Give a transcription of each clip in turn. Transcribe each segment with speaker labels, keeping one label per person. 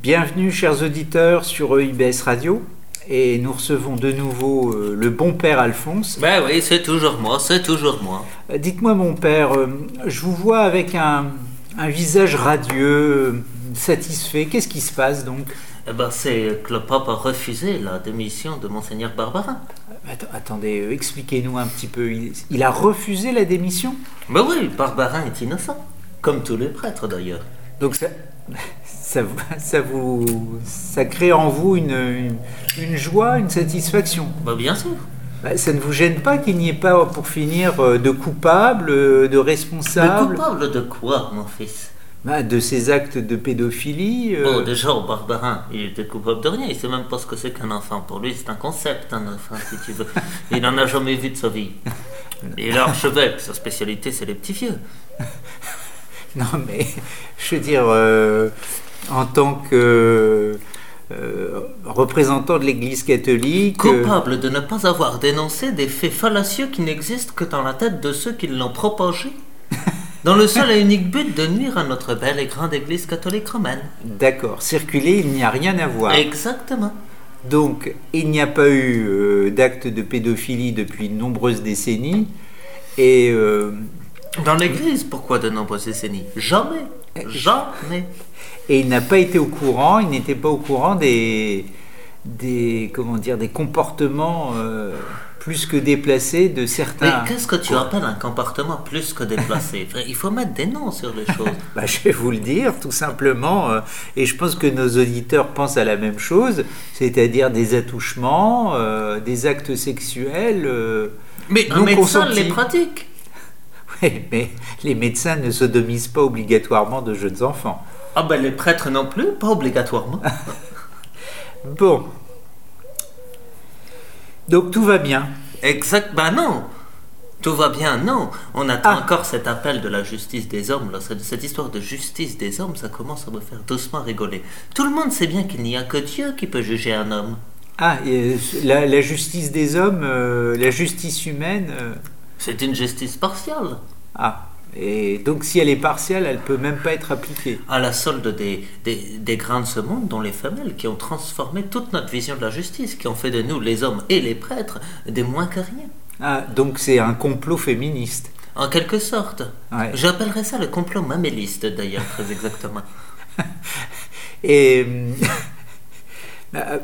Speaker 1: Bienvenue, chers auditeurs, sur E EIBS Radio. Et nous recevons de nouveau euh, le bon père Alphonse.
Speaker 2: Ben oui, c'est toujours moi, c'est toujours moi.
Speaker 1: Euh, Dites-moi, mon père, euh, je vous vois avec un, un visage radieux, euh, satisfait. Qu'est-ce qui se passe donc
Speaker 2: Eh ben, c'est que le pape a refusé la démission de Monseigneur Barbarin.
Speaker 1: Att- Attendez, euh, expliquez-nous un petit peu. Il, il a refusé la démission
Speaker 2: Ben oui, Barbarin est innocent. Comme tous les prêtres d'ailleurs.
Speaker 1: Donc ça, ça, vous- ça vous, ça crée en vous une, une- une joie, une satisfaction.
Speaker 2: Ben bien sûr.
Speaker 1: Bah, Ça ne vous gêne pas qu'il n'y ait pas, pour finir, euh, de coupable, euh, de
Speaker 2: Le
Speaker 1: responsable
Speaker 2: coupable de quoi, mon fils
Speaker 1: bah, de ces actes de pédophilie euh,
Speaker 2: Bon, déjà, au Barbarin, il était coupable de rien. Il sait même pas ce que c'est qu'un enfant. Pour lui, c'est un concept, un enfant, si tu veux. Il n'en a jamais vu de sa vie. Et l'archevêque, sa spécialité, c'est les petits vieux.
Speaker 1: Non, mais je veux dire, euh, en tant que euh, représentant de l'Église catholique, euh,
Speaker 2: Coupable de ne pas avoir dénoncé des faits fallacieux qui n'existent que dans la tête de ceux qui l'ont propagé, dans le seul et unique but de nuire à notre belle et grande Église catholique romaine.
Speaker 1: d'accord, circuler, il n'y a rien à voir.
Speaker 2: Exactement.
Speaker 1: Donc, il n'y a pas eu euh, d'actes de pédophilie depuis de nombreuses décennies. Et euh,
Speaker 2: Dans l'Église, pourquoi de nombreuses décennies Jamais. Jamais.
Speaker 1: et il n'a pas été au courant, il n'était pas au courant des, des, comment dire, des comportements euh, plus que déplacés de
Speaker 2: Mais
Speaker 1: certains.
Speaker 2: qu'est-ce que tu appelles un comportement plus que déplacé Il faut mettre des noms sur les choses.
Speaker 1: Bah, je vais vous le dire, tout simplement, euh, et je pense que nos auditeurs pensent à la même chose, c'est-à-dire des attouchements, euh, des actes sexuels. euh,
Speaker 2: Mais un
Speaker 1: Non
Speaker 2: médecin
Speaker 1: consenti.
Speaker 2: les pratique.
Speaker 1: ouais, mais les médecins ne sodomisent pas obligatoirement de jeunes enfants.
Speaker 2: Ah ben les prêtres non plus, pas obligatoirement.
Speaker 1: Bon. Donc tout va bien.
Speaker 2: Exact. Bah non. Tout va bien, non. On attend
Speaker 1: Ah.
Speaker 2: encore cet appel de la justice des hommes. là. Cette, cette histoire de justice des hommes, ça commence à me faire doucement rigoler. Tout le monde sait bien qu'il n'y a que Dieu qui peut juger un homme.
Speaker 1: Ah, et, euh, la, la justice des hommes, euh, la justice humaine. euh,
Speaker 2: C'est une justice partielle,
Speaker 1: ah, et donc si elle est partielle, elle peut même pas être appliquée.
Speaker 2: à la solde des, des, des grains de ce monde, dont les femelles, qui ont transformé toute notre vision de la justice, qui ont fait de nous, les hommes et les prêtres, des moins que rien.
Speaker 1: Ah, donc c'est un complot féministe.
Speaker 2: En quelque sorte.
Speaker 1: Ouais.
Speaker 2: J'appellerais ça le complot maméliste, d'ailleurs, très exactement.
Speaker 1: Et hum, euh,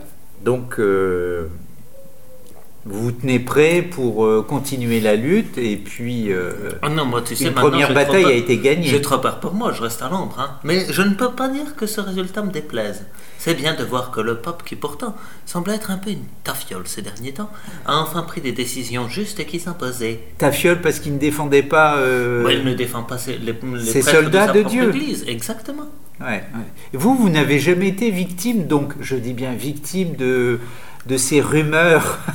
Speaker 1: donc, euh, vous vous tenez prêt pour euh, continuer la lutte et puis. euh,
Speaker 2: Ah non, moi, tu sais,
Speaker 1: Une
Speaker 2: maintenant,
Speaker 1: première
Speaker 2: j'ai
Speaker 1: bataille
Speaker 2: trop
Speaker 1: a
Speaker 2: peur-
Speaker 1: été gagnée.
Speaker 2: J'ai trop peur pour moi, je reste à l'ombre. hein. Mais je ne peux pas dire que ce résultat me déplaise. C'est bien de voir que le pape, qui pourtant semble être un peu une tafiole ces derniers temps, a enfin pris des décisions justes et qui s'imposaient.
Speaker 1: Tafiole parce qu'il ne défendait pas. euh,
Speaker 2: Ouais, il ne défend pas ses- les, les
Speaker 1: ces
Speaker 2: prêtres
Speaker 1: soldats
Speaker 2: de, sa
Speaker 1: de
Speaker 2: propre
Speaker 1: Dieu.
Speaker 2: Église, exactement.
Speaker 1: ouais, ouais. Vous, vous n'avez jamais été victime, donc, je dis bien victime de, de ces rumeurs.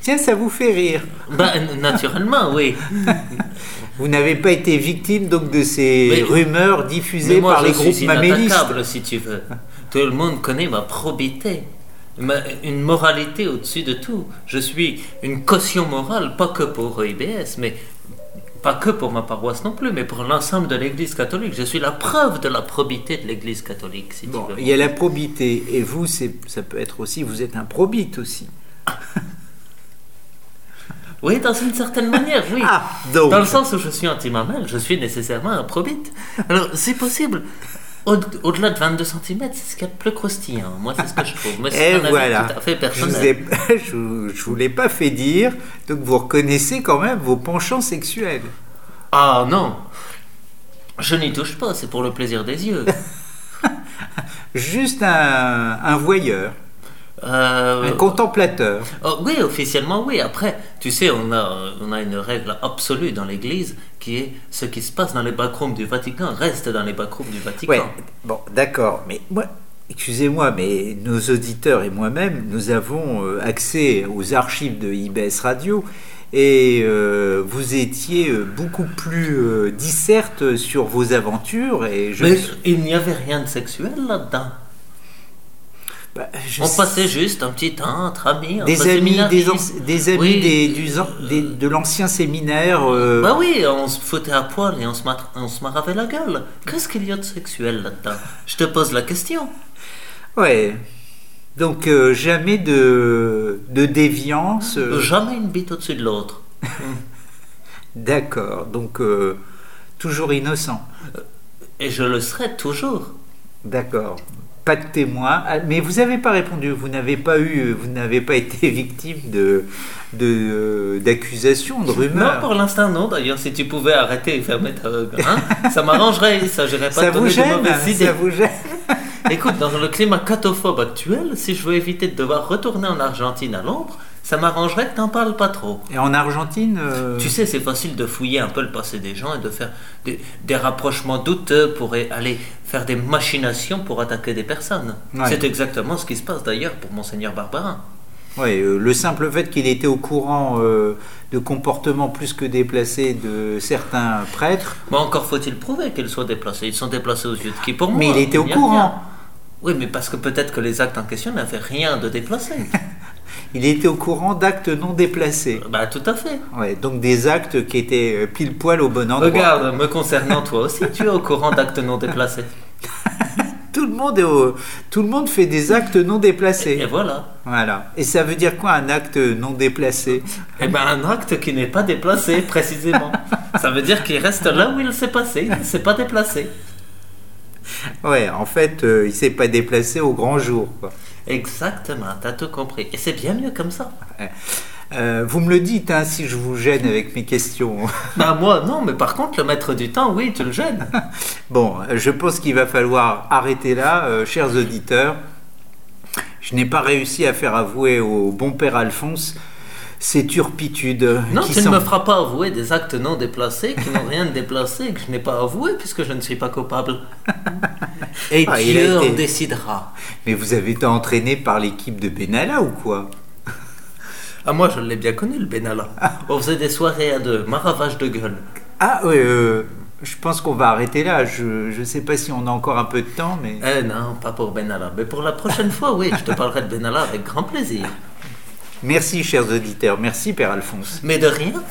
Speaker 1: Tiens, ça vous fait rire.
Speaker 2: Bah, n- naturellement, oui.
Speaker 1: Vous n'avez pas été victime donc de ces
Speaker 2: Mais-
Speaker 1: rumeurs diffusées
Speaker 2: Mais moi,
Speaker 1: par
Speaker 2: je
Speaker 1: les
Speaker 2: suis
Speaker 1: groupes mamélistes.
Speaker 2: inattaquable, si tu veux. Tout le monde connaît ma probité. Ma- une moralité au-dessus de tout. Je suis une caution morale, pas que pour E EIBS, mais pas que pour ma paroisse non plus, mais pour l'ensemble de l'Église catholique. Je suis la preuve de la probité de l'Église catholique, si
Speaker 1: Bon,
Speaker 2: tu veux.
Speaker 1: il y a la probité, et vous, c'est, ça peut être aussi, vous êtes un probite aussi.
Speaker 2: Oui, dans une certaine manière, oui.
Speaker 1: Ah, donc.
Speaker 2: Dans le sens où je suis anti-mamelle, je suis nécessairement un probite. Alors, c'est possible. Au- Au-delà de 22 cm, c'est ce qu'il y a de plus croustillant. Moi, c'est ce que je trouve. Mais c'est
Speaker 1: Et
Speaker 2: un avis
Speaker 1: Eh, voilà.
Speaker 2: tout à fait
Speaker 1: je vous
Speaker 2: personnel.
Speaker 1: ai- je vous- je vous l'ai pas fait dire, donc vous reconnaissez quand même vos penchants sexuels.
Speaker 2: Ah non Je n'y touche pas, c'est pour le plaisir des yeux.
Speaker 1: Juste un, un voyeur,
Speaker 2: Euh,
Speaker 1: un contemplateur.
Speaker 2: oh, oui, officiellement oui. Après, tu sais, on a, on a une règle absolue dans l'Église qui est ce qui se passe dans les backrooms du Vatican reste dans les backrooms du Vatican.
Speaker 1: Ouais, bon, d'accord, mais moi, excusez-moi, mais nos auditeurs et moi-même, nous avons euh, accès aux archives de IBS Radio et euh, vous étiez euh, beaucoup plus euh, disserte sur vos aventures et je.
Speaker 2: Mais il n'y avait rien de sexuel là-dedans.
Speaker 1: Bah, je
Speaker 2: On
Speaker 1: sais-
Speaker 2: passait juste un petit temps entre amis,
Speaker 1: des
Speaker 2: entre
Speaker 1: amis, des,
Speaker 2: séminaristes.
Speaker 1: anci- des amis
Speaker 2: Oui.
Speaker 1: des- du zan- des- de l'ancien séminaire. euh,
Speaker 2: Bah oui, on se foutait à poil et on se, mat- on se maravait la gueule. Qu'est-ce qu'il y a de sexuel là-dedans Je te pose la question.
Speaker 1: Ouais. Donc euh, jamais de, de déviance. euh,
Speaker 2: Jamais une bite au-dessus de l'autre.
Speaker 1: D'accord. Donc euh, toujours innocent.
Speaker 2: Et je le serai toujours.
Speaker 1: D'accord. Pas de témoin. Ah, Mais vous n'avez pas répondu. Vous n'avez pas eu. Vous n'avez pas été victime de de d'accusations, de
Speaker 2: Non,
Speaker 1: rumeurs.
Speaker 2: pour l'instant, non. D'ailleurs, si tu pouvais arrêter et fermer ta gueule, hein, ça m'arrangerait. Ça, j'irais pas
Speaker 1: ça
Speaker 2: te
Speaker 1: vous
Speaker 2: donner de
Speaker 1: gêne
Speaker 2: mauvaises idées.
Speaker 1: Ça vous gêne
Speaker 2: Écoute, dans le climat catophobe actuel, si je veux éviter de devoir retourner en Argentine à Londres, ça m'arrangerait que t'en parles pas trop.
Speaker 1: Et en Argentine. euh,
Speaker 2: Tu sais, c'est facile de fouiller un peu le passé des gens et de faire des, des rapprochements douteux pour a- aller faire des machinations pour attaquer des personnes.
Speaker 1: Ouais.
Speaker 2: C'est exactement ce qui se passe d'ailleurs pour Monseigneur Barbarin.
Speaker 1: Ouais, euh, le simple fait qu'il était au courant euh, de comportements plus que déplacés de certains prêtres,
Speaker 2: Mais encore faut-il prouver qu'ils soient déplacés. Ils sont déplacés aux yeux de qui pour moi hein,
Speaker 1: mais il était au
Speaker 2: y a
Speaker 1: courant.
Speaker 2: rien. Oui, mais parce que peut-être que les actes en question n'avaient rien de déplacé.
Speaker 1: Il était au courant d'actes non déplacés.
Speaker 2: bah tout à fait.
Speaker 1: Ouais, donc des actes qui étaient euh, pile poil au bon endroit.
Speaker 2: Regarde, me concernant toi aussi, tu es au courant d'actes non déplacés.
Speaker 1: Tout le monde est au- tout le monde fait des actes non
Speaker 2: Et
Speaker 1: déplacés.
Speaker 2: voilà.
Speaker 1: Voilà. Et ça veut dire quoi un acte non déplacé
Speaker 2: Eh ben un acte qui n'est pas déplacé précisément. Ça veut dire qu'il reste là où il s'est passé, il ne s'est pas déplacé.
Speaker 1: Ouais, en fait, euh, il s'est pas déplacé au grand jour. quoi.
Speaker 2: Exactement, t'as tout compris. Et c'est bien mieux comme ça.
Speaker 1: Euh, vous me le dites hein, si je vous gêne avec mes questions.
Speaker 2: Bah moi non, mais par contre le maître du temps, oui, tu le gênes.
Speaker 1: Bon, je pense qu'il va falloir arrêter là, euh, chers auditeurs. Je n'ai pas réussi à faire avouer au bon père Alphonse ces turpitudes.
Speaker 2: Non,
Speaker 1: qui
Speaker 2: tu ne
Speaker 1: sont-
Speaker 2: me feras pas avouer des actes non déplacés qui n'ont rien de déplacé et que je n'ai pas avoué puisque je ne suis pas coupable. Et
Speaker 1: Ah, il a
Speaker 2: Dieu en
Speaker 1: été-
Speaker 2: décidera.
Speaker 1: Mais vous avez été entraîné par l'équipe de Benalla ou quoi
Speaker 2: Ah moi je l'ai bien connu le Ben Benalla. On faisait des soirées à deux, maravage de gueule.
Speaker 1: Ah, ouais, euh, je pense qu'on va arrêter là. Je ne sais pas si on a encore un peu de temps, mais...
Speaker 2: Eh non, pas pour Benalla, mais pour la prochaine fois, oui, je te parlerai de Benalla avec grand plaisir.
Speaker 1: Merci, chers auditeurs. Merci, père Alphonse.
Speaker 2: Mais de rien.